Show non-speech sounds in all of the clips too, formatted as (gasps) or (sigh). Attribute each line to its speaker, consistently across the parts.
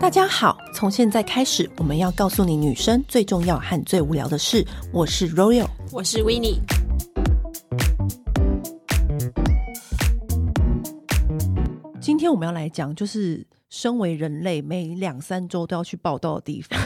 Speaker 1: 大家好，从现在开始，我们要告诉你女生最重要和最无聊的事。我是 Royal，
Speaker 2: 我是 w i n n i e
Speaker 1: 今天我们要来讲，就是身为人类每两三周都要去报道的地 (laughs) 方，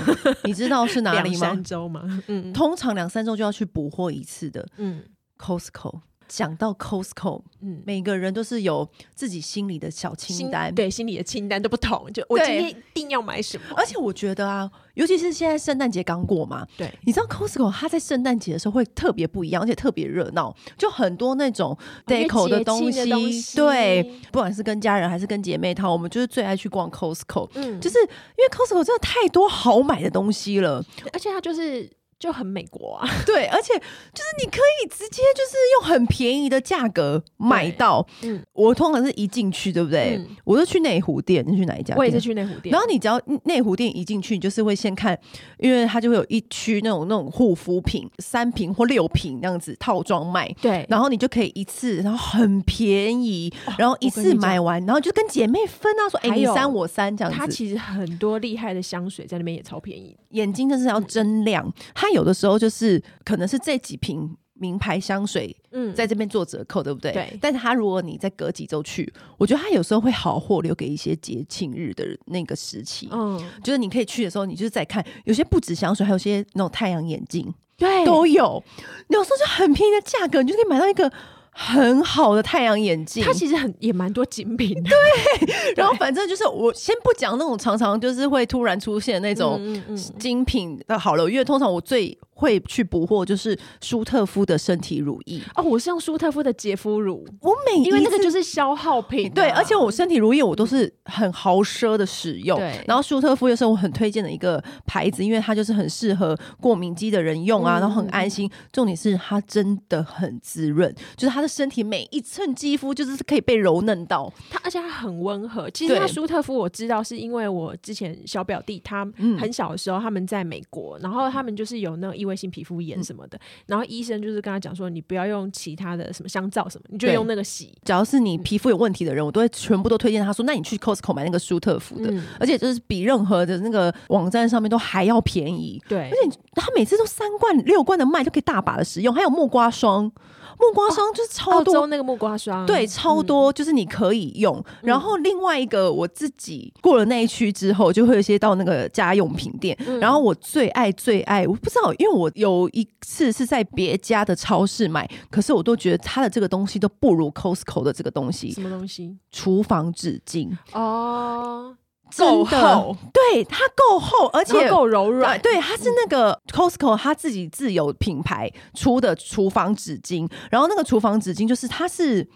Speaker 1: 你知道是哪里
Speaker 2: 两
Speaker 1: 吗
Speaker 2: 三？周嘛，嗯
Speaker 1: 通常两三周就要去补货一次的
Speaker 2: 嗯
Speaker 1: Costco。讲到 Costco，
Speaker 2: 嗯，
Speaker 1: 每个人都是有自己心里的小清单，
Speaker 2: 对心里的清单都不同，就我今
Speaker 1: 对
Speaker 2: 天一定要买什么，
Speaker 1: 而且我觉得啊，尤其是现在圣诞节刚过嘛，
Speaker 2: 对
Speaker 1: 你知道 Costco 它在圣诞节的时候会特别不一样，而且特别热闹，就很多那种
Speaker 2: 哦因为
Speaker 1: deco
Speaker 2: 节
Speaker 1: 的
Speaker 2: 庆
Speaker 1: 东
Speaker 2: 的
Speaker 1: 西，
Speaker 2: 东西
Speaker 1: 对，不管是跟家人还是跟姐妹淘，我们就是最爱去逛 Costco，、
Speaker 2: 嗯，
Speaker 1: 就
Speaker 2: 就是
Speaker 1: 因为 Costco 真的太多好买的东西了，
Speaker 2: 而且它就是就很美国啊，
Speaker 1: 对，而且就是你可以直接就是用很便宜的价格买到，
Speaker 2: 嗯
Speaker 1: 我通常是一进去，对不对？
Speaker 2: 嗯
Speaker 1: 我就去内湖店，你去哪一家店？
Speaker 2: 我也是去内湖店，
Speaker 1: 然后你只要内湖店一进去，你就是会先看，因为它就会有一区那种那种护肤品，三瓶或六瓶那样子套装卖。
Speaker 2: 对，
Speaker 1: 然后你就可以一次，然后很便宜，然后一
Speaker 2: 哦我跟
Speaker 1: 次
Speaker 2: 你讲
Speaker 1: 买完，然后就跟姐妹分啊，说哎、
Speaker 2: 还
Speaker 1: 你
Speaker 2: 有
Speaker 1: 三我三这
Speaker 2: 它
Speaker 1: 样子。
Speaker 2: 其实很多厉害的香水在那边也超便宜，
Speaker 1: 眼睛真是要睁亮，它有的时候就是可能是这几瓶名牌香水
Speaker 2: 嗯
Speaker 1: 在这边做折扣，对不对？
Speaker 2: 对
Speaker 1: 但它如果你再隔几周去，我觉得它有时候会好货留给一些节庆日的那个时期。
Speaker 2: 嗯，
Speaker 1: 就是你可以去的时候，你就是在看，有些不止香水，还有些那种太阳眼镜
Speaker 2: 对，
Speaker 1: 都有。有时候就很便宜的价格，你就可以买到一个很好的太阳眼镜
Speaker 2: 它。其实很也蛮多精品的，
Speaker 1: 然后反正就是我先不讲那种常常就是会突然出现那种
Speaker 2: 嗯嗯嗯
Speaker 1: 精品的好了，因为通常我最会去补货就是舒特夫的身体乳液。
Speaker 2: 哦，我是用舒特夫的洁肤乳，
Speaker 1: 我每
Speaker 2: 因为那个
Speaker 1: 一次
Speaker 2: 就是消耗品啊，
Speaker 1: 对，而且我身体乳液我都是很豪奢的使用
Speaker 2: 对，
Speaker 1: 然后舒特夫又是我很推荐的一个牌子，因为它就是很适合过敏肌的人用啊，
Speaker 2: 嗯
Speaker 1: 然后很安心。重点是它真的很滋润，就是它的身体每一寸肌肤就是可以被柔嫩到。
Speaker 2: 它而且它很温和。其实它
Speaker 1: 对
Speaker 2: 舒特夫我知道，是因为我之前小表弟他
Speaker 1: 嗯
Speaker 2: 很小的时候，他们在美国，然后他们就是有那种异位性皮肤
Speaker 1: 嗯
Speaker 2: 炎什么的，然后医生就是跟他讲说，你不要用其他的什么香皂什么，你就
Speaker 1: 对
Speaker 2: 用那个洗。
Speaker 1: 只要是你皮肤有问题的人，我都会全部都推荐他说，那你去 Costco 买那个舒特夫的，
Speaker 2: 嗯，
Speaker 1: 而且就是比任何的那个网站上面都还要便宜。而。
Speaker 2: 对
Speaker 1: 且它每次都三罐六罐的卖，就可以大把的使用。还有木瓜霜，木
Speaker 2: 哦
Speaker 1: 瓜霜就是超
Speaker 2: 澳
Speaker 1: 多
Speaker 2: 洲那个木瓜霜，
Speaker 1: 对，
Speaker 2: 嗯
Speaker 1: 超多，就是你可以用。然后另外一个，我自己过了那一区之后，就会有一些到那个家用品店。
Speaker 2: 嗯
Speaker 1: 然后我最爱最爱，我不知道，因为我有一次是在别家的超市买，可是我都觉得它的这个东西都不如 Costco 的这个东西
Speaker 2: 什，么东西？
Speaker 1: 厨房纸巾
Speaker 2: 哦，
Speaker 1: 真
Speaker 2: 够
Speaker 1: 的
Speaker 2: 厚，
Speaker 1: 对它够厚，而
Speaker 2: 而且
Speaker 1: 且
Speaker 2: 够柔
Speaker 1: 啊，
Speaker 2: 软，
Speaker 1: 对，它是那个 Costco 它自己自有品牌出的厨房纸巾，然后那个厨房纸巾就是它是。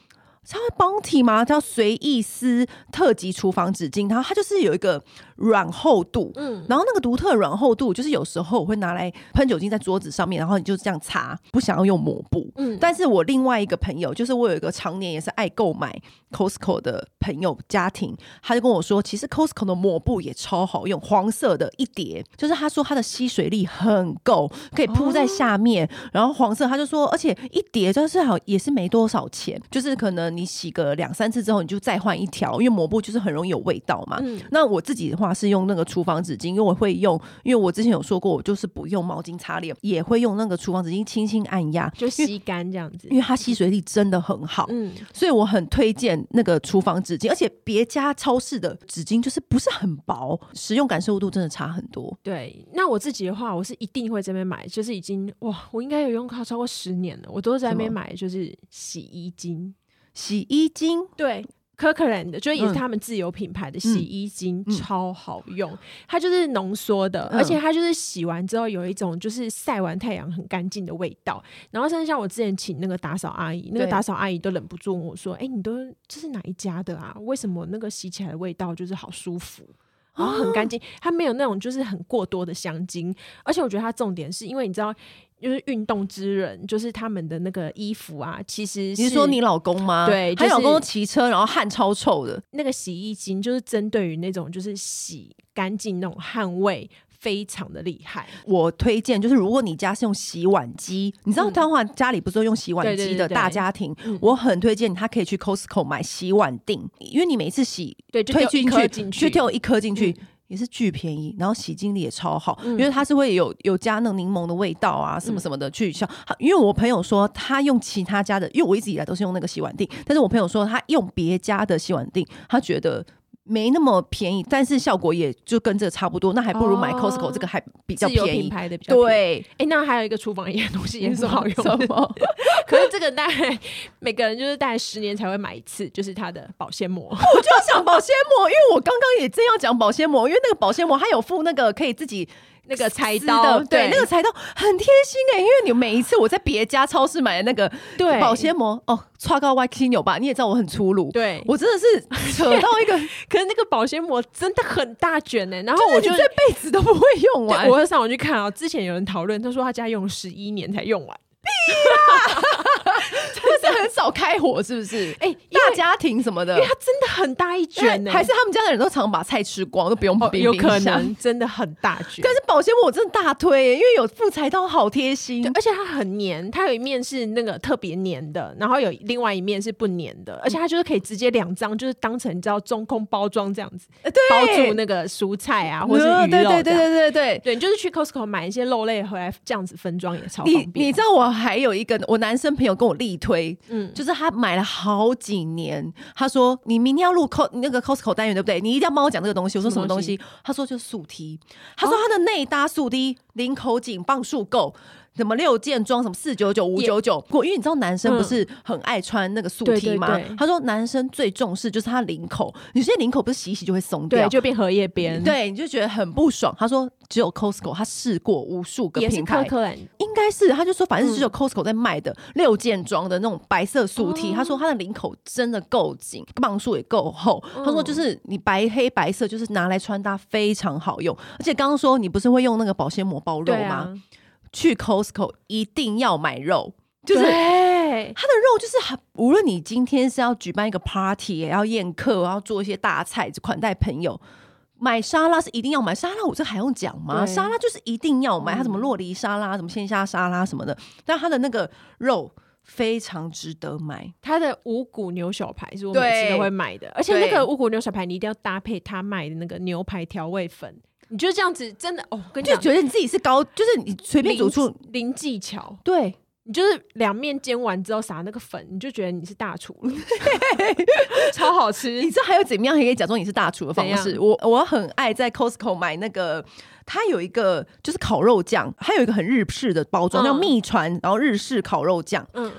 Speaker 1: 它会 Bounty 吗？叫随意丝特级厨房纸巾，然后它就是有一个软厚度，
Speaker 2: 嗯，
Speaker 1: 然后那个独特的软厚度，就是有时候我会拿来喷酒精在桌子上面，然后你就这样擦，不想要用抹布。
Speaker 2: 嗯
Speaker 1: 但是我另外一个朋友，就是我有一个常年也是爱购买 Costco 的朋友家庭，他就跟我说，其实 Costco 的抹布也超好用，黄色的一叠，就是他说它的吸水力很够，可以铺在下面，
Speaker 2: 哦
Speaker 1: 然后黄色他就说，而且一叠就是好也是没多少钱，就是可能你洗个两三次之后你就再换一条，因为抹布就是很容易有味道嘛。
Speaker 2: 嗯
Speaker 1: 那我自己的话是用那个厨房纸巾，因为我会用，因为我之前有说过，我就是不用毛巾擦脸，也会用那个厨房纸巾轻轻按压，
Speaker 2: 就吸干这样子
Speaker 1: 因，为它吸水力真的很好，
Speaker 2: 嗯，
Speaker 1: 所以我很推荐那个厨房纸巾，而且别家超市的纸巾就是不是很薄，使用感受度真的差很多。
Speaker 2: 对，那我自己的话，我是一定会这边买，就是已经哇，我应该有用它超过十年了，我都在那边
Speaker 1: 什
Speaker 2: 买，就是洗衣精，
Speaker 1: 洗衣精
Speaker 2: 对。Kirkland 的，就是也是
Speaker 1: 嗯
Speaker 2: 他们自有品牌的洗衣精，
Speaker 1: 嗯
Speaker 2: 超好用。它就是浓缩的，
Speaker 1: 嗯
Speaker 2: 而且它就是洗完之后有一种就是晒完太阳很干净的味道。然后甚至像我之前请那个打扫阿姨，那个
Speaker 1: 对
Speaker 2: 打扫阿姨都忍不住问我说：“哎、你都这是哪一家的啊？为什么那个洗起来的味道就是好舒服？”然后很干
Speaker 1: 啊
Speaker 2: 净，它没有那种就是很过多的香精，而且我觉得它重点是因为你知道，就是运动之人，就是他们的那个衣服啊，其实
Speaker 1: 你是说你老公吗？
Speaker 2: 对就是
Speaker 1: 他老公都骑车，然后汗超臭的，
Speaker 2: 那个洗衣精就是针对于那种就是洗干净那种汗味。非常的厉害。
Speaker 1: 我推荐就是，如果你家是用洗碗机，你知道
Speaker 2: 嗯
Speaker 1: 台湾家里不是都用洗碗
Speaker 2: 对对
Speaker 1: 机
Speaker 2: 对
Speaker 1: 的
Speaker 2: 对
Speaker 1: 大家庭，
Speaker 2: 嗯
Speaker 1: 我很推荐他可以去 Costco 买洗碗锭，因为你每次洗
Speaker 2: 对，就
Speaker 1: 推
Speaker 2: 丢一
Speaker 1: 进
Speaker 2: 颗
Speaker 1: 去
Speaker 2: 进去
Speaker 1: 就丢一颗进去。也是巨便宜，然后洗净力也超好，
Speaker 2: 嗯
Speaker 1: 因为它是会有有加那种柠檬的味道啊，什么什么的去消。好因为我朋友说他用其他家的，因为我一直以来都是用那个洗碗锭，但是我朋友说他用别家的洗碗锭，他觉得没那么便宜，但是效果也就跟这个差不多，那还不如买
Speaker 2: 哦
Speaker 1: Costco 这个还比较
Speaker 2: 自有
Speaker 1: 便
Speaker 2: 品
Speaker 1: 宜。
Speaker 2: 牌的比较便宜。
Speaker 1: 对，
Speaker 2: 哎、那还有一个厨房一样东西也是 (laughs) 好用
Speaker 1: 什
Speaker 2: 的，
Speaker 1: 么？ (laughs)
Speaker 2: 可是这个大概每个人就是大概十年才会买一次，就是它的保鲜膜。
Speaker 1: 我就要讲保鲜膜，因为我刚刚也正要讲保鲜膜，因为那个保鲜膜它有附那个可以自己
Speaker 2: 那个菜
Speaker 1: 撕
Speaker 2: 刀，
Speaker 1: 的，对，那个裁刀很贴心哎、因为你每一次我在别家超市买的那个
Speaker 2: 对
Speaker 1: 保鲜膜哦，刷到歪七扭吧，你也知道我很粗鲁，
Speaker 2: 对，
Speaker 1: 我真的是扯到
Speaker 2: (laughs)
Speaker 1: 一个，
Speaker 2: 可是那个保鲜膜真的很大卷呢、然后我
Speaker 1: 我
Speaker 2: 就
Speaker 1: 就这辈子都不会用完
Speaker 2: 对，我上网去看啊，之前有人讨论，他说他家用十一年才用完。
Speaker 1: 真的很少开火，是不是？
Speaker 2: 哎、
Speaker 1: 大家庭什么的哎
Speaker 2: 因为，它真的很大一卷呢、欸
Speaker 1: 还是他们家的人都常把菜吃光，都不用
Speaker 2: 哦
Speaker 1: 冰
Speaker 2: 有可
Speaker 1: 冰箱
Speaker 2: 能真的很大卷
Speaker 1: 但。是保鲜膜我真的大推欸耶、因为有副裁刀好贴心
Speaker 2: 对，，而且它很粘，它有一面是那个特别粘的，然后有另外一面是不粘的，而且它就是可以直接两张，就是当成你知道中空包装这样子，
Speaker 1: 呃对，
Speaker 2: 包住那个蔬菜啊，或是
Speaker 1: 嗯
Speaker 2: 鱼
Speaker 1: 对
Speaker 2: 肉
Speaker 1: 对对
Speaker 2: 这样
Speaker 1: 对对对，
Speaker 2: 对，你就是去 Costco 买一些肉类回来，这样子分装也超
Speaker 1: 你
Speaker 2: 方便。
Speaker 1: 你知道我还有一个，我男生朋友跟我力推，
Speaker 2: 嗯，
Speaker 1: 就是他买了好几年。他说：“你明天要录 Co 那个 Costco 单元，对不对？你一定要帮我讲这个东西。”我说：“
Speaker 2: 什
Speaker 1: 什
Speaker 2: 么
Speaker 1: 么
Speaker 2: 东
Speaker 1: 东
Speaker 2: 西
Speaker 1: 西？”他说：“就是速梯。”他说：“他的内搭速梯，零口井磅数够。”什么六件装什么四九九五九九，因为你知道男生不是很爱穿那个速
Speaker 2: 对对
Speaker 1: 梯吗？
Speaker 2: 对
Speaker 1: 他说男生最重视就是他领口，有些领口不是洗一洗就会松
Speaker 2: 对，
Speaker 1: 掉，嗯
Speaker 2: 就嗯变荷叶边，，
Speaker 1: 对，你就觉得很不爽。他说只有 Costco 他试过无数个
Speaker 2: 也是
Speaker 1: 品牌
Speaker 2: 科，克兰
Speaker 1: 应该是，他就说
Speaker 2: 嗯
Speaker 1: 反正只有 Costco 在卖的、六件装的那种白色素 T，、
Speaker 2: 哦
Speaker 1: 他说它的领口真的够紧，磅数也够厚。
Speaker 2: 嗯
Speaker 1: 他说就是你白黑白色，就是拿来穿搭非常好用。而且刚刚说你不是会用那个保鲜膜包肉
Speaker 2: 对
Speaker 1: 吗？
Speaker 2: 啊，
Speaker 1: 去 Costco 一定要买肉，就是
Speaker 2: 对
Speaker 1: 它的肉就是很，无论你今天是要举办一个 party，也要宴客，然后做一些大菜款待朋友。买沙拉是一定要买，沙拉我这还用讲吗？
Speaker 2: 对
Speaker 1: 沙拉就是一定要买，
Speaker 2: 嗯
Speaker 1: 它什么洛梨沙拉、什么鲜虾沙拉什么的，但它的那个肉非常值得买。
Speaker 2: 它的五谷牛小排是我每次都会买的，而且那
Speaker 1: 对
Speaker 2: 个五谷牛小排你一定要搭配他卖的那个牛排调味粉，你就这样子真的哦，我跟你
Speaker 1: 就
Speaker 2: 讲，
Speaker 1: 觉得你自己是高，就是你随便煮出
Speaker 2: 零技巧，
Speaker 1: 对，
Speaker 2: 你就是两面煎完之后撒那个粉，你就觉得你是大厨
Speaker 1: (laughs)
Speaker 2: 了，超好吃
Speaker 1: 你。知道还有怎么样还可以假装你是大厨的方
Speaker 2: 怎
Speaker 1: 式？我我很爱在 Costco 买那个，它有一个就是烤肉酱，还有一个很日式的包装、
Speaker 2: 嗯
Speaker 1: 叫秘传，然后日式烤肉酱。
Speaker 2: 嗯，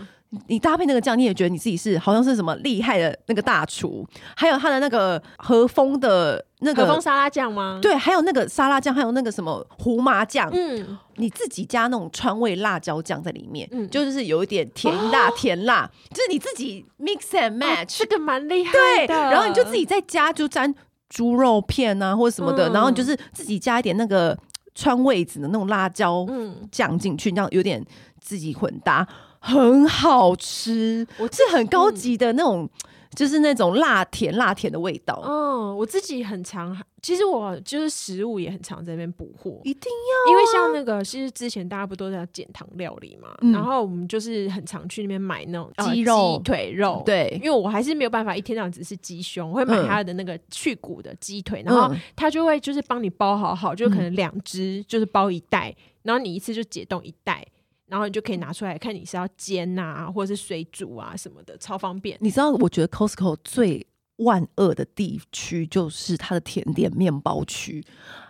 Speaker 1: 你搭配那个酱，你也觉得你自己是好像是什么厉害的那个大厨，还有它的那个和风的那
Speaker 2: 和风
Speaker 1: 个。
Speaker 2: 沙拉酱吗？，
Speaker 1: 对，还有那个沙拉酱，还有那个什么胡麻酱，
Speaker 2: 嗯，
Speaker 1: 你自己加那种川味辣椒酱在里面，
Speaker 2: 嗯
Speaker 1: 就是有一点甜辣、甜辣，就是你自己 mix and
Speaker 2: 哦
Speaker 1: match，、
Speaker 2: 这个蛮厉害
Speaker 1: 对，
Speaker 2: 的。
Speaker 1: 然后你就自己在家就沾猪肉片啊或者什么的，
Speaker 2: 嗯
Speaker 1: 然后你就是自己加一点那个川味子的那种辣椒
Speaker 2: 嗯，
Speaker 1: 酱进去，这样有点自己混搭，很好吃。
Speaker 2: 我
Speaker 1: 是很高级的那种，就是那种辣甜辣甜的味道，
Speaker 2: 哦，我自己很常，其实我就是食物也很常在那边补货，
Speaker 1: 一定
Speaker 2: 因为像那个，其实之前大家不都在减糖料理嘛，
Speaker 1: 哦嗯
Speaker 2: 然后我们就是很常去那边买那种呃
Speaker 1: 鸡肉
Speaker 2: 鸡腿肉
Speaker 1: 要。对
Speaker 2: 因。为我还是没有办法一天到晚只是鸡胸，我会买
Speaker 1: 嗯
Speaker 2: 它的那个去骨的鸡腿，然后
Speaker 1: 嗯
Speaker 2: 它就会就是帮你包好好，就可能两只就是包一袋，然后你一次就解冻一袋，然后你就可以拿出来看你是要煎啊，或者是水煮啊什么的，超方便。
Speaker 1: 你知道，我觉得 Costco 最万恶的地区就是它的甜点面包区。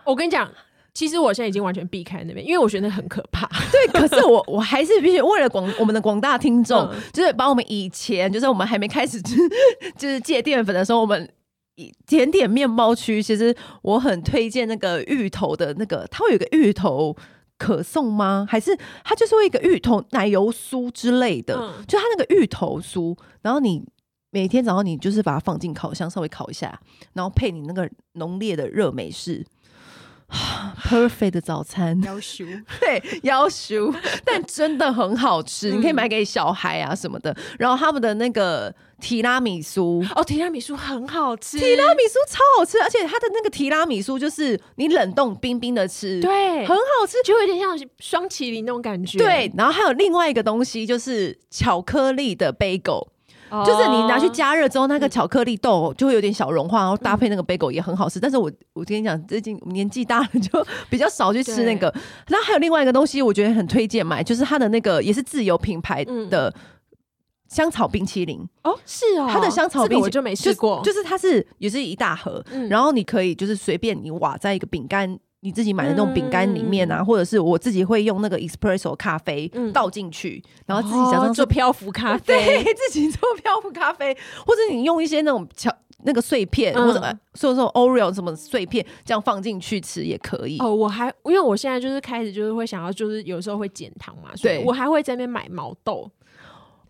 Speaker 2: 我跟你讲，其实我现在已经完全避开那边，因为我觉得很可怕。
Speaker 1: 对，可是我 (laughs) 我还是必须为了广我们的广大听众，
Speaker 2: 嗯
Speaker 1: 就是把我们以前就是我们还没开始 (laughs) 就是戒淀粉的时候，我们。以甜点面包区，其实我很推荐那个芋头的那个，它会有一个芋头可颂吗？还是它就是会一个芋头奶油酥之类的？
Speaker 2: 嗯
Speaker 1: 就它那个芋头酥，然后你每天早上你就是把它放进烤箱稍微烤一下，然后配你那个浓烈的热美式，啊 perfect 的早餐，
Speaker 2: 要修，
Speaker 1: (laughs) 对，要求，但真的很好吃，你可以买给小孩啊什么的。然后他们的那个提拉米苏，
Speaker 2: 哦，提拉米苏很好吃，
Speaker 1: 提啊拉米苏超好吃，而且它的那个提拉米苏就是你冷冻冰冰的吃，，
Speaker 2: 对，
Speaker 1: 很好吃。
Speaker 2: 就有点像双麒麟那种感觉，
Speaker 1: 对，然后还有另外一个东西就是巧克力的 bagel，、
Speaker 2: 哦，
Speaker 1: 就是你拿去加热之后，那个巧克力豆就会有点小融化，然后搭配那个 bagel 也很好吃。但是我我跟你讲，最近年纪大了就比较少去吃 (laughs) 那个。然后还有另外一个东西，我觉得很推荐买，就是它的那个也是自有品牌的香草冰淇淋。
Speaker 2: 哦，是哦，
Speaker 1: 它的香草
Speaker 2: 这个
Speaker 1: 冰淇
Speaker 2: 我就没
Speaker 1: 就
Speaker 2: 试过，
Speaker 1: 就是它是也是一大盒，
Speaker 2: 嗯
Speaker 1: 然后你可以就是随便你瓦在一个饼干。你自己买的那种饼干里面啊，或者是我自己会用那个 espresso 咖啡
Speaker 2: 嗯
Speaker 1: 倒进去，然后自己假装
Speaker 2: 哦
Speaker 1: 是
Speaker 2: 做漂浮咖
Speaker 1: 对
Speaker 2: 啡，
Speaker 1: (laughs) 自己做漂浮咖啡，或者你用一些那种巧那个碎片，
Speaker 2: 嗯
Speaker 1: 或者呃所以说 Oreo 什么碎片这样放进去吃也可以。
Speaker 2: (laughs) 哦，我还因为我现在就是开始就是会想要，就是有时候会减糖嘛，所以
Speaker 1: 对
Speaker 2: 我还会在那边买毛豆。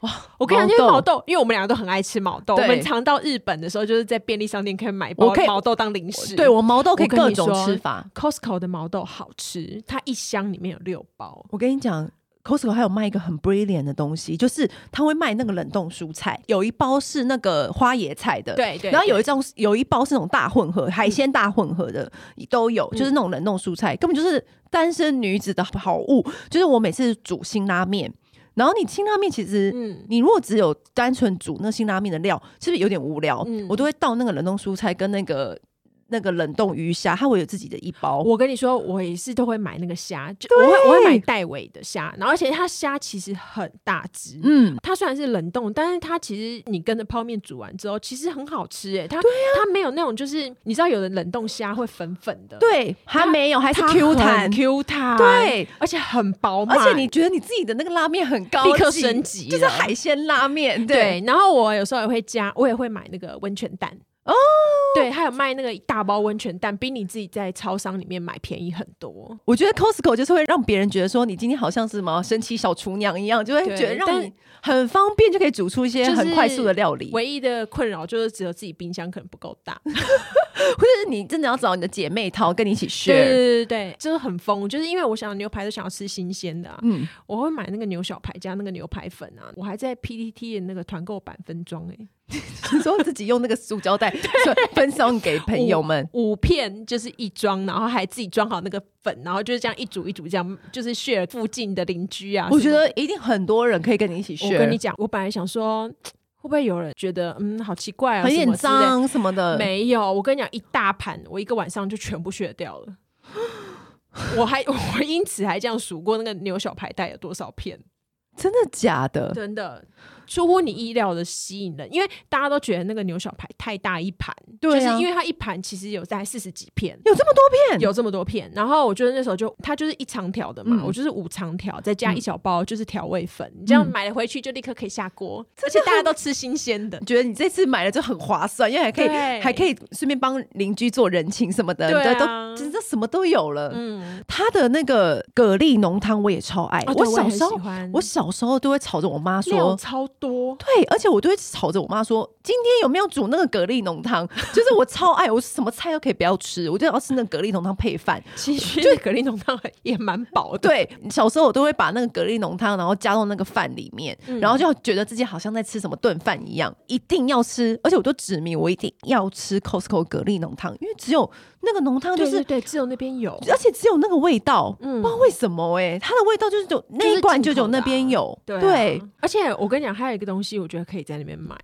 Speaker 2: 哇，我跟你讲，
Speaker 1: 毛
Speaker 2: 因为
Speaker 1: 豆
Speaker 2: 毛豆，因为我们两个都很爱吃毛豆，我
Speaker 1: 对
Speaker 2: 们常到日本的时候，就是在便利商店可以买包
Speaker 1: 我可以
Speaker 2: 毛豆当零食。
Speaker 1: 对我毛豆可以
Speaker 2: 我跟
Speaker 1: 各
Speaker 2: 你
Speaker 1: 种
Speaker 2: 说
Speaker 1: 吃法。
Speaker 2: Costco 的毛豆好吃，它一箱里面有六包。
Speaker 1: 我跟你讲。Costco 还有卖一个很 brilliant 的东西，就是它会卖那个冷冻蔬菜，有一包是那个花椰菜的，
Speaker 2: 对对
Speaker 1: 然后有
Speaker 2: 对
Speaker 1: 一种有一包是那种大混合海鲜大混合的、都有，
Speaker 2: 嗯
Speaker 1: 就是那种冷冻蔬菜，根本就是单身女子的好物。就是我每次煮辛拉面，然后你辛拉面其实
Speaker 2: 嗯，
Speaker 1: 你如果只有单纯煮那辛拉面的料，是不是有点无聊？
Speaker 2: 嗯
Speaker 1: 我都会倒那个冷冻蔬菜跟那个那个冷冻鱼虾，它会有自己的一包。
Speaker 2: 我跟你说，我也是都会买那个虾，就我会我会买带尾的虾，然后而且它虾其实很大只，
Speaker 1: 嗯，
Speaker 2: 它虽然是冷冻，但是它其实你跟着泡面煮完之后，其实很好吃诶、它、它没有那种就是你知道有的冷冻虾会粉粉的，，
Speaker 1: 对，还没有，还是
Speaker 2: 它
Speaker 1: Q
Speaker 2: 很
Speaker 1: 弹。
Speaker 2: Q 弹，，
Speaker 1: 对，
Speaker 2: 而且很饱满，
Speaker 1: 而且你觉得你自己的那个拉面很高级，
Speaker 2: 立刻升级了
Speaker 1: 就是海鲜拉面。对，
Speaker 2: 对。然后我有时候也会加，我也会买那个温泉蛋
Speaker 1: 哦。
Speaker 2: 对，还有卖那个一大包温泉蛋，比你自己在超商里面买便宜很多。
Speaker 1: 我觉得 Costco 就是会让别人觉得说你今天好像是什么神奇小厨娘一样，就会
Speaker 2: 对
Speaker 1: 觉得让
Speaker 2: 但
Speaker 1: 你很方便就可以煮出一些
Speaker 2: 就是
Speaker 1: 很快速的料理。
Speaker 2: 唯一的困扰就是只有自己冰箱可能不够大。
Speaker 1: 或者是你真的要找你的姐妹淘跟你一起
Speaker 2: 对对
Speaker 1: share。
Speaker 2: 对对对，就是很疯，就是因为我想牛排都想要吃新鲜的啊，
Speaker 1: 嗯，
Speaker 2: 我会买那个牛小排加那个牛排粉啊，我还在 PTT 的那个团购版分装哎、
Speaker 1: 你 (laughs) 说自己用那个塑胶
Speaker 2: (laughs)
Speaker 1: 袋分送给朋友们，
Speaker 2: 五片就是一装，然后还自己装好那个粉，然后就是这样一组一组这样，就是 share 附近的邻居啊。
Speaker 1: 我觉
Speaker 2: 什么
Speaker 1: 得一定很多人可以跟你一起
Speaker 2: 的，我跟你
Speaker 1: share。
Speaker 2: 讲，我本来想说会不会有人觉得嗯好奇怪啊，
Speaker 1: 有点
Speaker 2: 什么之类的。
Speaker 1: 脏什么的，
Speaker 2: 没有，我跟你讲，一大盘，我一个晚上就全部削掉了。 (gasps) 我还 (laughs) 我因此还这样数过那个牛小排带有多少片。
Speaker 1: 真的假的？
Speaker 2: 真的出乎你意料的吸引人，因为大家都觉得那个牛小排太大一盘，
Speaker 1: 对啊
Speaker 2: 就是因为它一盘其实有在四十几片。
Speaker 1: 有这么多片？
Speaker 2: 有这么多片，然后我觉得那时候就它就是一长条的嘛，
Speaker 1: 嗯
Speaker 2: 我就是五长条，再加一小包就是调味粉，你这样买了回去就立刻可以下锅，而且大家都吃新鲜的
Speaker 1: 你。觉得你这次买了就很划算，因为还可以
Speaker 2: 对啊
Speaker 1: 还可以顺便帮邻居做人情什么的，
Speaker 2: 对啊
Speaker 1: 你都真的什么都有了。
Speaker 2: 嗯，
Speaker 1: 他的那个蛤蜊浓汤我也超爱，
Speaker 2: 哦对
Speaker 1: 我
Speaker 2: 我也
Speaker 1: 小
Speaker 2: 很
Speaker 1: 时候
Speaker 2: 喜欢
Speaker 1: 我小时候都会吵着我妈
Speaker 2: 料
Speaker 1: 说，
Speaker 2: 超多，
Speaker 1: 对，而且我都会吵着我妈说，今天有没有煮那个蛤蜊浓汤？ (laughs) 就是我超爱，我什么菜都可以不要吃，我就要吃那个蛤蜊浓汤配饭。
Speaker 2: (laughs) 其实就蛤蜊浓汤也蛮饱的。
Speaker 1: 对，小时候我都会把那个蛤蜊浓汤，然后加到那个饭里面，
Speaker 2: 嗯
Speaker 1: 然后就觉得自己好像在吃什么炖饭一样，一定要吃。而且我都指明我一定要吃 Costco 蛤蜊浓汤，因为只有那个浓汤就
Speaker 2: 对
Speaker 1: 是
Speaker 2: 对，对，只有那边有，
Speaker 1: 而且只有那个味道，
Speaker 2: 嗯
Speaker 1: 不知道为什么哎、它的味道就是就
Speaker 2: 就
Speaker 1: 那
Speaker 2: 是
Speaker 1: 一罐就
Speaker 2: 进
Speaker 1: 只有
Speaker 2: 口的
Speaker 1: 那
Speaker 2: 啊
Speaker 1: 边有，
Speaker 2: 对啊、
Speaker 1: 对
Speaker 2: 而且我跟你讲，还有一个东西，我觉得可以在那边买，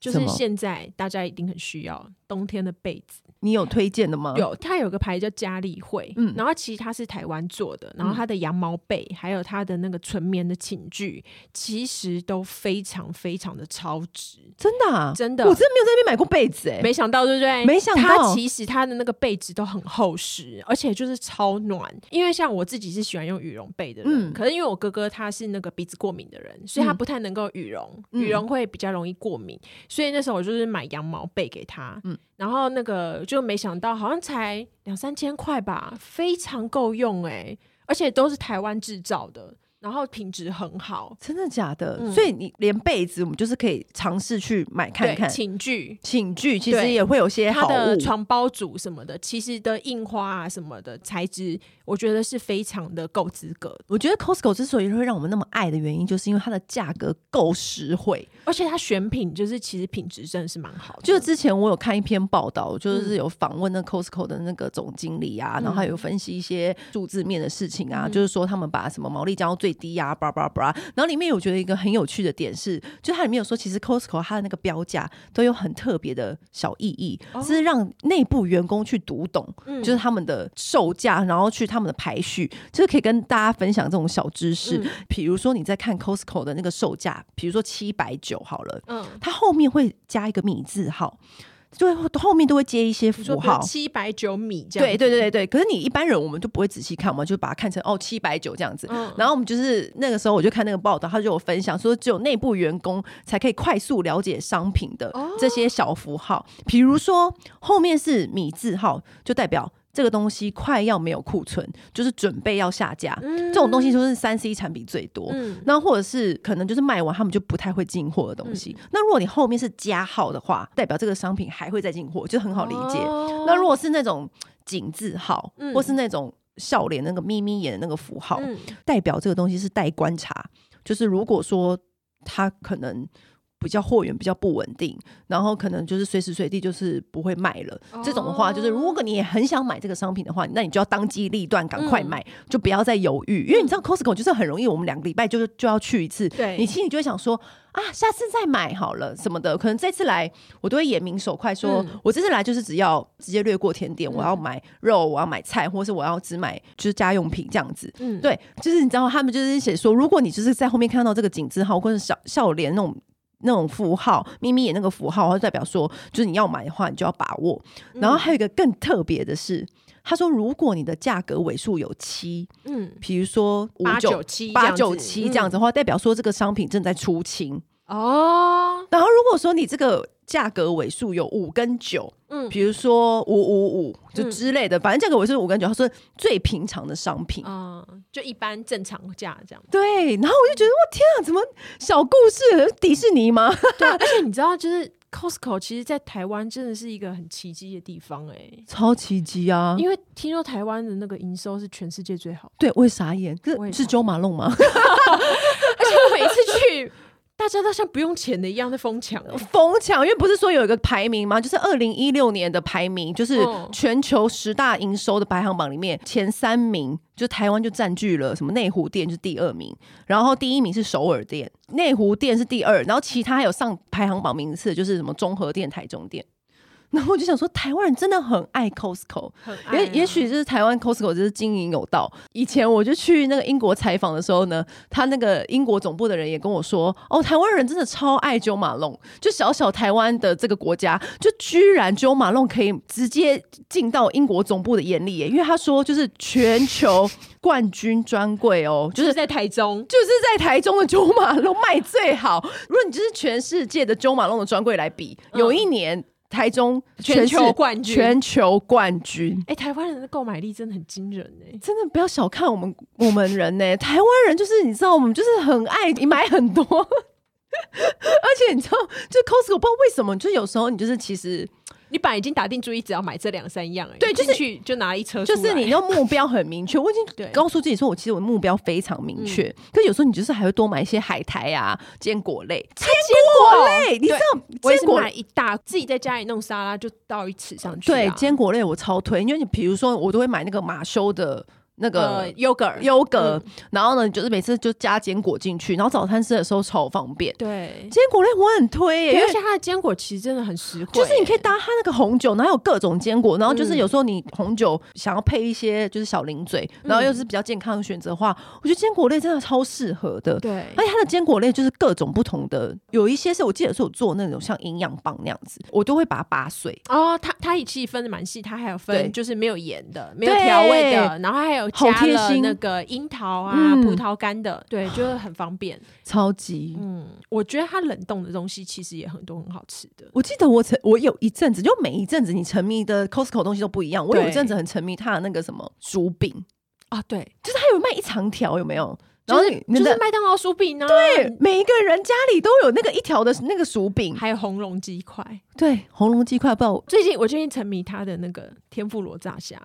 Speaker 2: 就
Speaker 1: 什
Speaker 2: 是
Speaker 1: 么
Speaker 2: 现在大家一定很需要冬天的被子。
Speaker 1: 你有推荐的吗？
Speaker 2: 有，它有个牌叫佳丽惠，
Speaker 1: 嗯
Speaker 2: 然后其实它是台湾做的，然后它的羊毛被，还有它的那个纯棉的寝具，其实都非常非常的超值，
Speaker 1: 真的、啊，
Speaker 2: 真的
Speaker 1: 我。真的没有在那边买过被子哎、
Speaker 2: 没想到，对不对？
Speaker 1: 没想到
Speaker 2: 它其实它的那个被子都很厚实，而且就是超暖。因为像我自己是喜欢用羽绒被的人，
Speaker 1: 嗯
Speaker 2: 可是因为我哥哥他是那个鼻子过敏的人，所以他
Speaker 1: 嗯
Speaker 2: 不太能够羽绒，
Speaker 1: 嗯
Speaker 2: 羽绒会比较容易过敏。所以那时候我就是买羊毛被给他，
Speaker 1: 嗯
Speaker 2: 然后那个就没想到好像才欸两三千块吧，非常够用哎、而且都是台湾制造的。然后品质很好。
Speaker 1: 真的假的？
Speaker 2: 嗯
Speaker 1: 所以你连被子，我们就是可以尝试去买看看
Speaker 2: 对，。寝具。
Speaker 1: 寝具其实
Speaker 2: 对
Speaker 1: 也会有些
Speaker 2: 它
Speaker 1: 哎好
Speaker 2: 的
Speaker 1: 物，
Speaker 2: 床包组什么的，其实的印花啊什么的材质，我觉得是非常的够资格的，
Speaker 1: 我觉得 Costco 之所以会让我们那么爱的原因，就是因为它的价格够实惠。
Speaker 2: 而且它选品就是其实品质真的是蛮好的，
Speaker 1: 就是之前我有看一篇报道，就是有访问那 Costco 的那个总经理啊，
Speaker 2: 嗯
Speaker 1: 然后还有分析一些数字面的事情啊，就是说他们把什么毛利降到最低啊，叭叭叭。然后里面有觉得一个很有趣的点是，就它里面有说，其实 Costco 它的那个标价都有很特别的小意义，
Speaker 2: 哦
Speaker 1: 是让内部员工去读懂，
Speaker 2: 嗯
Speaker 1: 就是他们的售价，然后去他们的排序，就是可以跟大家分享这种小知识。
Speaker 2: 嗯
Speaker 1: 比如说你在看 Costco 的那个售价，比如说七百九好了。
Speaker 2: 嗯，
Speaker 1: 它后面会加一个米字号，就会后面都会接一些
Speaker 2: 你说
Speaker 1: 符号。
Speaker 2: 七百九米这样
Speaker 1: 对
Speaker 2: 子，
Speaker 1: 对对对对，可是你一般人我们就不会仔细看，我们就把它看成哦七百九这样子。
Speaker 2: 嗯
Speaker 1: 然后我们就是那个时候我就看那个报道，他就有分享说，只有内部员工才可以快速了解商品的
Speaker 2: 哦
Speaker 1: 这些小符号，比如说后面是米字号，就代表这个东西快要没有库存，就是准备要下架。
Speaker 2: 嗯
Speaker 1: 这种东西就是三 C 产品最多。
Speaker 2: 嗯
Speaker 1: 那或者是可能就是卖完他们就不太会进货的东西。
Speaker 2: 嗯
Speaker 1: 那如果你后面是加号的话，代表这个商品还会再进货，就很好理解。
Speaker 2: 哦
Speaker 1: 那如果是那种井字号，
Speaker 2: 嗯
Speaker 1: 或是那种笑脸那个眯眯眼的那个符号，
Speaker 2: 嗯
Speaker 1: 代表这个东西是待观察。就是如果说它可能。比较货源比较不稳定，然后可能就是随时随地就是不会卖了。
Speaker 2: 哦
Speaker 1: 这种的话，就是如果你也很想买这个商品的话，那你就要当机立断，赶快
Speaker 2: 嗯
Speaker 1: 买，就不要再犹豫。因为你知道 Costco 就是很容易，我们两个礼拜就就要去一次，
Speaker 2: 对
Speaker 1: 你心里就会想说啊，下次再买好了什么的。可能这次来，我都会眼明手快说，
Speaker 2: 嗯
Speaker 1: 我这次来就是只要直接略过甜点，我要买肉，我要买菜，或是我要只买就是家用品这样子。
Speaker 2: 嗯
Speaker 1: 对，就是你知道，他们就是写说，如果你就是在后面看到这个井字号或者小笑脸那种那种符号，咪咪眼那个符号，就代表说，就是你要买的话，你就要把握。然后
Speaker 2: 嗯
Speaker 1: 还有一个更特别的是，他说，如果你的价格尾数有七，
Speaker 2: 嗯
Speaker 1: 比如说五
Speaker 2: 八九
Speaker 1: 九
Speaker 2: 七
Speaker 1: 八九七这
Speaker 2: 嗯
Speaker 1: 样子的话，代表说这个商品正在出清。
Speaker 2: 哦，
Speaker 1: 然后如果说你这个价格尾数有五跟九，
Speaker 2: 嗯
Speaker 1: 比如说五五五就
Speaker 2: 嗯
Speaker 1: 之类的，反正价格尾数五跟九，它是最平常的商品。。
Speaker 2: 啊、就一般正常价这样
Speaker 1: 对，然后我就觉得，我天啊，怎么小故事迪士尼吗？ (laughs)
Speaker 2: 对啊，而且你知道，就是 Costco 其实，在台湾真的是一个很奇迹的地方哎、
Speaker 1: 超奇迹啊！，
Speaker 2: 因为听说台湾的那个营收是全世界最好
Speaker 1: 对，我也傻眼，
Speaker 2: 我
Speaker 1: 这
Speaker 2: 也
Speaker 1: 是周马龙吗？
Speaker 2: (laughs)
Speaker 1: (laughs)
Speaker 2: 而且我每次去，大家都像不用钱的一样在疯抢、欸，
Speaker 1: 疯抢，因为不是说有一个排名吗？就是二零一六年的排名，就是
Speaker 2: 嗯
Speaker 1: 全球十大营收的排行榜里面前三名，就台湾就占据了什么内湖店就是第二名，然后第一名是首尔店，内湖店是第二，然后其他还有上排行榜名次的就是什么中和店、台中店。然后我就想说，台湾人真的很爱 Costco，
Speaker 2: 很爱啊
Speaker 1: 也也许就是台湾 Costco 就是经营有道。以前我就去那个英国采访的时候呢，他那个英国总部的人也跟我说，哦，台湾人真的超爱九马龙，就小小台湾的这个国家，就居然九马龙可以直接进到英国总部的眼里耶，因为他说就是全球冠军专柜
Speaker 2: (laughs)
Speaker 1: 哦，就
Speaker 2: 就是是。在台中，
Speaker 1: 就是在台中的九马龙卖最好。如果你就是全世界的九马龙的专柜来比，
Speaker 2: 嗯
Speaker 1: 有一年台中
Speaker 2: 全
Speaker 1: 世
Speaker 2: 球冠军
Speaker 1: 全球冠军，
Speaker 2: 哎、台湾人的购买力真的很惊人哎、
Speaker 1: 真的不要小看我们我们人呢、台湾人就是你知道，我们就是很爱你买很多， (laughs) 而且你知道，就 Costco 不知道为什么，就有时候你就是其实
Speaker 2: 你本来已经打定主意，只要买这两三样、欸，
Speaker 1: 对就是
Speaker 2: 进去就拿一车出
Speaker 1: 就
Speaker 2: 来，
Speaker 1: 是你的目标很明确，我已
Speaker 2: (laughs) 对嗯
Speaker 1: 经告诉自己说，我其实我的目标非常明确。可有时候你就是还会多买一些海苔啊、坚果类、坚果类，你知道
Speaker 2: 我也
Speaker 1: 坚
Speaker 2: 是
Speaker 1: 果
Speaker 2: 买啊一大，自己在家里弄沙拉就倒一匙上去、啊，
Speaker 1: 对坚果类我超推，因为你比如说我都会买那个马修的那个
Speaker 2: 呃 yogurt
Speaker 1: 优格，然后呢，你就是每次就加坚果进去，然后早餐吃的时候超方便。
Speaker 2: 对。
Speaker 1: 坚果类我很推耶、
Speaker 2: 对，
Speaker 1: 因
Speaker 2: 而
Speaker 1: 为
Speaker 2: 且它的坚果其实真的很实惠欸、
Speaker 1: 就是你可以搭它那个红酒，然后有各种坚果，然后就是
Speaker 2: 嗯
Speaker 1: 有时候你红酒想要配一些就是小零嘴，
Speaker 2: 嗯
Speaker 1: 然后又是比较健康的选择的话，我觉得坚果类真的超适合的。
Speaker 2: 对，
Speaker 1: 而且它的坚果类就是各种不同的，有一些是我记得是有做那种像营养棒那样子，我都会把它拔碎，
Speaker 2: 哦，它它也其实分的蛮细，它还有
Speaker 1: 对
Speaker 2: 分就是没有盐的、没有调味的，然后还有加
Speaker 1: 好贴
Speaker 2: 了
Speaker 1: 心
Speaker 2: 那个樱桃啊、
Speaker 1: 嗯
Speaker 2: 葡萄干的，对，就是很方
Speaker 1: (gasps)
Speaker 2: 便。
Speaker 1: 超级。
Speaker 2: 嗯，我觉得它冷冻的东西其实也很多很好吃的。
Speaker 1: 我记得我曾我有一阵子，就每一阵子你沉迷的 Costco 东西都不一样。我有一
Speaker 2: 对
Speaker 1: 阵子很沉迷它的那个什么薯饼，
Speaker 2: 啊，对，
Speaker 1: 就是它有卖一长条，有没有？然后
Speaker 2: 就是
Speaker 1: 你
Speaker 2: 就
Speaker 1: 你
Speaker 2: 是
Speaker 1: 的
Speaker 2: 麦当劳薯饼啊，
Speaker 1: 对，每一个人家里都有那个一条的那个薯饼，
Speaker 2: 还有红龙鸡块。
Speaker 1: 对，红龙鸡块，不知道
Speaker 2: 最近我最近沉迷他的那个天妇罗炸虾，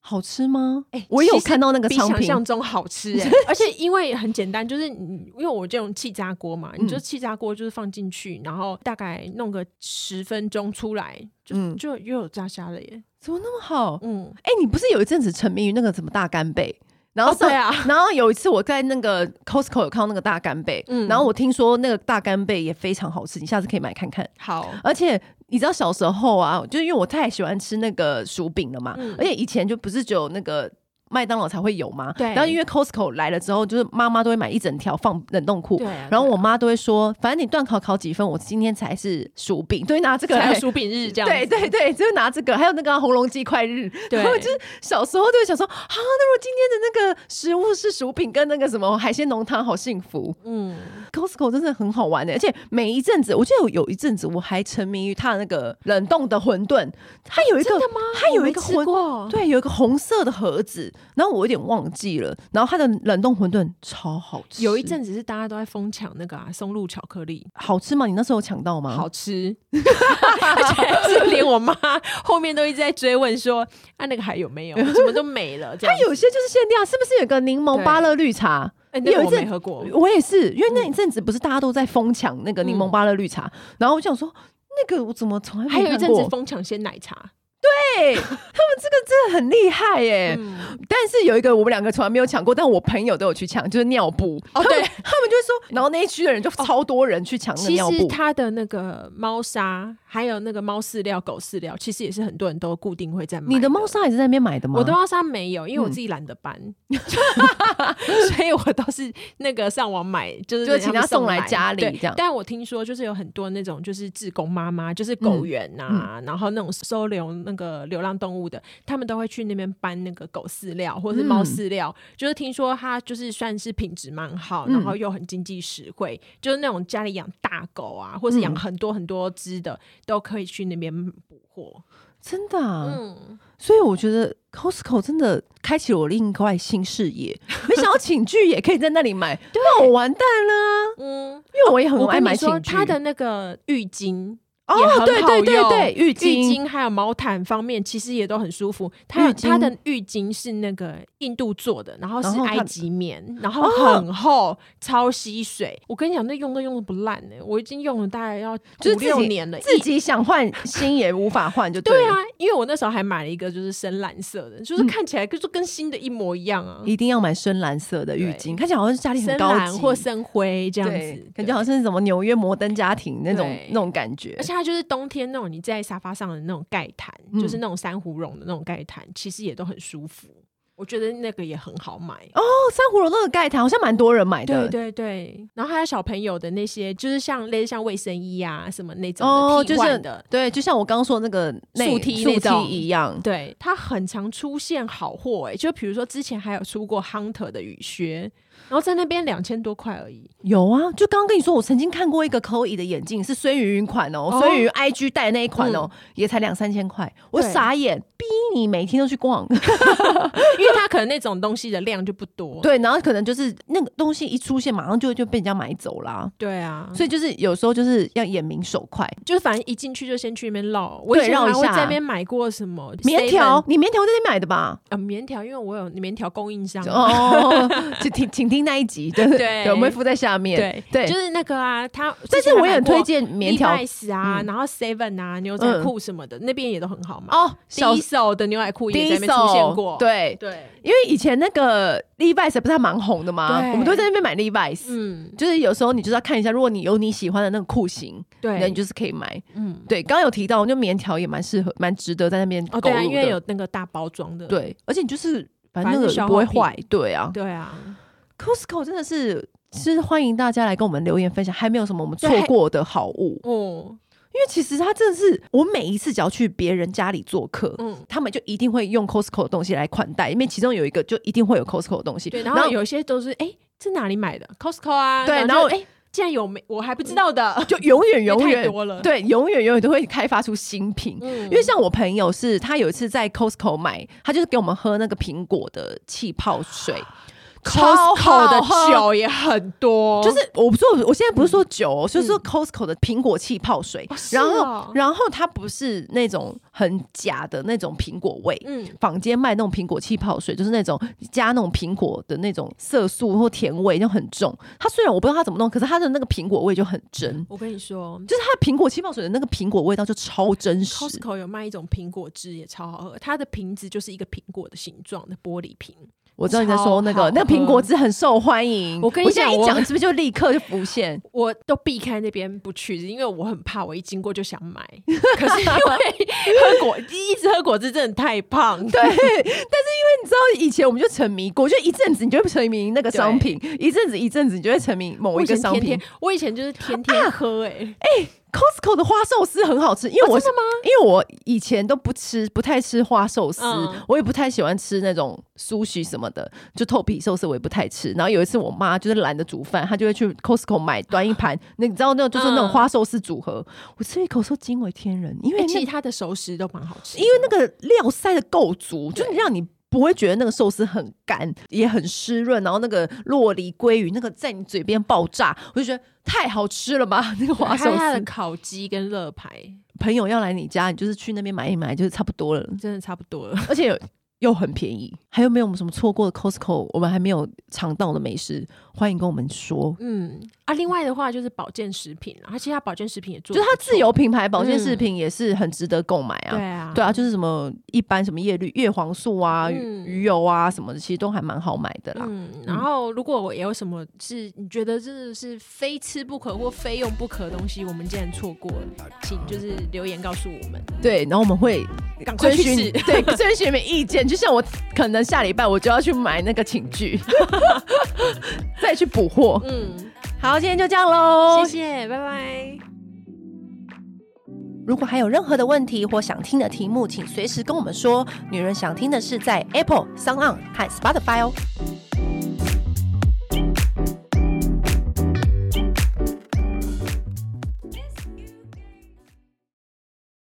Speaker 1: 好吃吗？
Speaker 2: 哎
Speaker 1: 我有看到那个
Speaker 2: 比
Speaker 1: 商
Speaker 2: 想
Speaker 1: 品，
Speaker 2: 象中好 (laughs) 吃、欸，而且因为很简单，就是你因为我这种气炸锅嘛，
Speaker 1: 嗯
Speaker 2: 你就气炸锅就是放进去，然后大概弄个十分钟出来，就、
Speaker 1: 嗯
Speaker 2: 就又有炸虾了耶。
Speaker 1: 怎么那么好？
Speaker 2: 嗯，
Speaker 1: 哎、你不是有一阵子沉迷于那个什么大干贝？然后
Speaker 2: 哦
Speaker 1: 上、
Speaker 2: 对啊， (laughs)
Speaker 1: 然后有一次我在那个 Costco 有看到那个大干贝，
Speaker 2: 嗯
Speaker 1: 然后我听说那个大干贝也非常好吃，你下次可以买看看。
Speaker 2: 好，
Speaker 1: 而且你知道小时候啊，就是因为我太喜欢吃那个薯饼了嘛，
Speaker 2: 嗯
Speaker 1: 而且以前就不是只有那个。麦当劳才会有嘛，
Speaker 2: 对
Speaker 1: 然后因为 Costco 来了之后，就是妈妈都会买一整条放冷冻库
Speaker 2: 对，啊
Speaker 1: 然后我妈都会说，反正你段考考几分，我今天才是薯饼，都会拿这个
Speaker 2: 才
Speaker 1: 来
Speaker 2: 有薯饼日这样
Speaker 1: 对
Speaker 2: 子。
Speaker 1: 对对，就是拿这个，还有那个啊红龙鸡块日，
Speaker 2: 对
Speaker 1: 然后就是小时候就会想说，啊，那如果今天的那个食物是薯饼跟那个什么海鲜浓汤，好幸福。
Speaker 2: 嗯，
Speaker 1: Costco 真的很好玩的、欸而且每一阵子，我记得有有一阵子我还沉迷于它的那个冷冻的馄饨，它有一个
Speaker 2: 真的吗？
Speaker 1: 它有一个
Speaker 2: 我没吃
Speaker 1: 馄
Speaker 2: 过，
Speaker 1: 对，有一个红色的盒子，然后我有点忘记了，然后它的冷冻馄饨超好吃，
Speaker 2: 有一阵子是大家都在疯抢那个啊松露巧克力，
Speaker 1: 好吃吗？你那时候有抢到吗？
Speaker 2: 好吃， (laughs) 而且是连我妈后面都一直在追问说啊那个还有没
Speaker 1: (laughs)
Speaker 2: 有，怎么都没了这样
Speaker 1: 它
Speaker 2: 子。
Speaker 1: 有些就是限量，是不是有个柠檬芭乐绿茶？
Speaker 2: 哎那个
Speaker 1: 有一
Speaker 2: 我没
Speaker 1: 阵
Speaker 2: 喝过，
Speaker 1: 我也是，因为那一阵子不是大家都在疯抢那个
Speaker 2: 嗯
Speaker 1: 柠檬芭乐绿茶，然后我想说。那个我怎么从来没
Speaker 2: 还有一
Speaker 1: 看
Speaker 2: 阵子
Speaker 1: 过
Speaker 2: 疯抢鲜奶茶，
Speaker 1: 对，他们这个真的很厉害耶、
Speaker 2: 嗯，
Speaker 1: 但是有一个我们两个从来没有抢过，但我朋友都有去抢，就是尿布。
Speaker 2: 哦对哦
Speaker 1: 他们他们就会说，然后那一区的人就超多人去抢那个
Speaker 2: 其
Speaker 1: 尿
Speaker 2: 实
Speaker 1: 布。
Speaker 2: 它的那个猫砂，还有那个猫饲料、狗饲料，其实也是很多人都固定会在买。
Speaker 1: 你的猫。砂也是在那边买的吗？
Speaker 2: 我的猫砂没有，因为我
Speaker 1: 嗯
Speaker 2: 自己懒得搬， (laughs) 所以我都是那个上网买，就是
Speaker 1: 就是请
Speaker 2: 他
Speaker 1: 他
Speaker 2: 们送
Speaker 1: 送来家里
Speaker 2: 对
Speaker 1: 这样
Speaker 2: 但我听说就是有很多那种就是志工妈妈，就是狗园呐、
Speaker 1: 嗯
Speaker 2: 啊，然后那种收留那个流浪动物的，他们都会去那边搬那个狗饲料或者是猫饲料，就是听说它就是算是品质蛮好，
Speaker 1: 嗯
Speaker 2: 然后又很经济实惠，就是那种家里养大狗啊，或是
Speaker 1: 嗯
Speaker 2: 养很多很多只的，都可以去那边补货。
Speaker 1: 真的、啊，
Speaker 2: 嗯，
Speaker 1: 所以我觉得 Costco 真的开启了我另一块新视
Speaker 2: (laughs)
Speaker 1: 野。没想到寝具也可以在那里买，那我完蛋了啊，
Speaker 2: 嗯。
Speaker 1: 因为我也很
Speaker 2: 我
Speaker 1: 爱
Speaker 2: 跟你
Speaker 1: 买寝
Speaker 2: 说，
Speaker 1: 具。
Speaker 2: 它的那个浴巾
Speaker 1: 哦
Speaker 2: 也很好用
Speaker 1: 对对对对，浴巾
Speaker 2: 浴巾还有毛毯方面，其实也都很舒服。
Speaker 1: 浴
Speaker 2: 它
Speaker 1: 巾
Speaker 2: 它的浴巾是那个印度做的，然后是
Speaker 1: 然后它哦
Speaker 2: 埃及棉，然后很厚，超吸水。我跟你讲，那用都用的不烂呢、我已经用了大概要
Speaker 1: 就是
Speaker 2: 五
Speaker 1: 自己
Speaker 2: 六年了，
Speaker 1: 自
Speaker 2: 一。
Speaker 1: 己想换新也无法换，就
Speaker 2: (laughs) 对
Speaker 1: 了嗯
Speaker 2: 啊，因为我那时候还买了一个就是深蓝色的，就是看起来就跟新的一模一样啊，
Speaker 1: 一定要买深蓝色的浴巾，
Speaker 2: 对
Speaker 1: 看起来好像是家里很
Speaker 2: 深
Speaker 1: 高
Speaker 2: 蓝
Speaker 1: 级
Speaker 2: 或深灰这样子
Speaker 1: 对，感觉好像是什么纽约摩登家庭那种
Speaker 2: 对
Speaker 1: 那种感觉
Speaker 2: 而。且它就是冬天那种你在沙发上的那种盖毯，
Speaker 1: 嗯
Speaker 2: 就是那种珊瑚绒的那种盖毯，其实也都很舒服。我觉得那个也很好买。
Speaker 1: 哦，珊瑚楼那个盖毯好像蛮多人买
Speaker 2: 对
Speaker 1: 的，
Speaker 2: 对对，然后还有小朋友的那些，就是像类似像卫生衣啊什么那种的
Speaker 1: 哦，
Speaker 2: 替
Speaker 1: 就
Speaker 2: 换
Speaker 1: 是
Speaker 2: 的。
Speaker 1: 对，就像我刚刚说的那个内
Speaker 2: 竖梯那
Speaker 1: 竖
Speaker 2: 种
Speaker 1: 梯一样。
Speaker 2: 对，它很常出现好货哎、就比如说之前还有出过 Hunter 的雨靴，然后在那边两千多块而已。
Speaker 1: 有啊，就刚刚跟你说，我曾经看过一个 Chloe 的眼镜，是孙云云款哦，
Speaker 2: 哦嗯
Speaker 1: 孙云云 IG 戴的那一款哦，也才两三千块，我
Speaker 2: 对
Speaker 1: 傻眼，逼你每天都去逛， (laughs)
Speaker 2: 因为它可能那种东西的量就不多。
Speaker 1: 对，然后可能就是那个东西一出现，马上就就被人家买走啦。
Speaker 2: 对啊，
Speaker 1: 所以就是有时候就是要眼明手快，
Speaker 2: 就是反正一进去就先去那边绕。我以
Speaker 1: 对
Speaker 2: 前
Speaker 1: 绕
Speaker 2: 还
Speaker 1: 一
Speaker 2: 会
Speaker 1: 下
Speaker 2: 在那边买过什么
Speaker 1: 棉
Speaker 2: 7-Eleven
Speaker 1: 条，你棉条在那买的吧？
Speaker 2: 啊，棉条，因为我有棉条供应商啊。
Speaker 1: 哦，就请请听那一集，对
Speaker 2: 对
Speaker 1: 我们会附在下面。
Speaker 2: 对
Speaker 1: 对
Speaker 2: 就是那个啊，他，
Speaker 1: 但是我也很推荐棉条嗯
Speaker 2: s 啊，然后 Seven 啊，牛仔裤什么的，那边也都很好买。
Speaker 1: 哦，
Speaker 2: 第
Speaker 1: 小
Speaker 2: 一手的牛仔裤也
Speaker 1: 第
Speaker 2: 在
Speaker 1: 一
Speaker 2: 那边出现过。
Speaker 1: 对，
Speaker 2: 对，
Speaker 1: 因为以前那个 Levi's 不是还蛮红的吗？
Speaker 2: 对
Speaker 1: 我们都会在那边买 Levi's，、
Speaker 2: 嗯，
Speaker 1: 就是有时候你就是要看一下，如果你有你喜欢的那个裤型，那
Speaker 2: 对
Speaker 1: 你，就是可以买。
Speaker 2: 嗯，
Speaker 1: 对，刚刚有提到，就棉条也蛮适合，蛮值得在那边购
Speaker 2: 哦，
Speaker 1: 入的。
Speaker 2: 对啊，因为有那个大包装的。
Speaker 1: 对，而且你就是反
Speaker 2: 反
Speaker 1: 正
Speaker 2: 正
Speaker 1: 那
Speaker 2: 是消
Speaker 1: 个不会
Speaker 2: 耗品
Speaker 1: 坏，对啊。
Speaker 2: 对啊，
Speaker 1: Costco 真的是是欢迎大家来跟我们留言分享，还没有什么我们错
Speaker 2: 对
Speaker 1: 过的好物。
Speaker 2: 哦，
Speaker 1: 因为其实他真的是，我每一次只要去别人家里做客，
Speaker 2: 嗯。
Speaker 1: 他们就一定会用 Costco 的东西来款待，因为其中有一个就一定会有 Costco 的东西。
Speaker 2: 对，然后有些都是哎，这哪里买的？Costco 啊，
Speaker 1: 对
Speaker 2: 然后
Speaker 1: 然嗯
Speaker 2: 哎，竟然有没我还不知道的，
Speaker 1: 就永远永
Speaker 2: 因为太
Speaker 1: 远
Speaker 2: 多了。，
Speaker 1: 对，永远永远都会开发出新品。
Speaker 2: 嗯，
Speaker 1: 因为像我朋友是，他有一次在 Costco 买，他就是给我们喝那个苹果的气泡水，
Speaker 2: Costco
Speaker 1: 好
Speaker 2: 的
Speaker 1: 喝
Speaker 2: 酒也很多，
Speaker 1: 就是我不说，我现在不是说酒哦，就是说 Costco 的苹果气泡水
Speaker 2: 嗯哦，是
Speaker 1: 然
Speaker 2: 哦
Speaker 1: 后然后它不是那种很假的那种苹果味。
Speaker 2: 嗯，
Speaker 1: 坊间卖那种苹果气泡水，就是那种加那种苹果的那种色素或甜味，就很重。它虽然我不知道它怎么弄，可是它的那个苹果味就很真，
Speaker 2: 我跟你说
Speaker 1: 就是它的苹果气泡水的那个苹果味道就超真实。
Speaker 2: ，Costco 有卖一种苹果汁也超好喝，它的瓶子就是一个苹果的形状的玻璃瓶。
Speaker 1: 我知道你在说那
Speaker 2: 超好嗯
Speaker 1: 个那个苹果汁很受欢迎，
Speaker 2: 我跟你
Speaker 1: 现在
Speaker 2: 讲
Speaker 1: 一
Speaker 2: 我
Speaker 1: 讲是不是就立刻就浮现？
Speaker 2: 我都避开那边不去，因为我很怕，我一经过就想买。可是
Speaker 1: (laughs)
Speaker 2: 因为喝果一直喝果汁真的太胖，
Speaker 1: 对，但是因为你知道，以前我们就沉迷过，就一阵子你就会沉迷那个商品，一阵子一阵子你就会沉迷某
Speaker 2: 我
Speaker 1: 一
Speaker 2: 以
Speaker 1: 个
Speaker 2: 前
Speaker 1: 商
Speaker 2: 天
Speaker 1: 品。啊
Speaker 2: 天，我以前就是天天喝、欸，哎、
Speaker 1: Costco 的花寿司很好吃，因为我、
Speaker 2: 哦真的吗？
Speaker 1: 因为我以前都不吃，不太吃花寿司，
Speaker 2: 嗯
Speaker 1: 我也不太喜欢吃那种苏许什么的，就透皮寿司我也不太吃。然后有一次我妈就是懒得煮饭，她就会去 Costco 买端一
Speaker 2: (laughs)
Speaker 1: 盘，那你知道那种就是那种
Speaker 2: 嗯
Speaker 1: 花寿司组合，我吃一口说惊为天人，因为
Speaker 2: 哎
Speaker 1: 哎
Speaker 2: 其
Speaker 1: 那
Speaker 2: 实它的熟食都蛮好吃的，
Speaker 1: 因为那个料塞的够足，
Speaker 2: 对
Speaker 1: 就是让你不会觉得那个寿司很干，也很湿润，然后那个洛梨鲑鱼那个在你嘴边爆炸，我就觉得太好吃了吧！ (laughs) 那个
Speaker 2: 还
Speaker 1: 华
Speaker 2: 有
Speaker 1: 寿
Speaker 2: 它的
Speaker 1: 司，
Speaker 2: 烤鸡跟乐牌
Speaker 1: 朋友要来你家，你就是去那边买一买，就是差不多了，
Speaker 2: 真的差不多了。 (laughs)
Speaker 1: 而且有又很便宜。还有没有我们什么错过的 Costco 我们还没有尝到的美食？欢迎跟我们说。
Speaker 2: 嗯啊，另外的话就是保健食品啊啦，它其实它保健食品也做
Speaker 1: 就是
Speaker 2: 得不错，
Speaker 1: 它自有品牌保健
Speaker 2: 嗯
Speaker 1: 食品也是很值得购买啊。
Speaker 2: 对啊，
Speaker 1: 对啊，就是什么一般什么叶绿、叶黄素啊、
Speaker 2: 嗯
Speaker 1: 鱼油啊什么的，其实都还蛮好买的啦。
Speaker 2: 嗯，然后如果我有什么是你觉得真的是非吃不可或非用不可的东西，我们竟然错过了，请就是留言告诉我们，
Speaker 1: 对，然后我们
Speaker 2: (laughs)
Speaker 1: 会
Speaker 2: 赶快
Speaker 1: 遵
Speaker 2: 去
Speaker 1: 循你
Speaker 2: 试。
Speaker 1: 对 (laughs) 遵循你们意见，就像我可能下礼拜我就要去买那个寝具， (laughs) 再去补货。
Speaker 2: 嗯，
Speaker 1: 好，今天就这样喽，
Speaker 2: 谢谢，拜拜。
Speaker 1: 如果还有任何的问题或想听的题目，请随时跟我们说。女人想听的是在 Apple、s o n 和 Spotify 哦。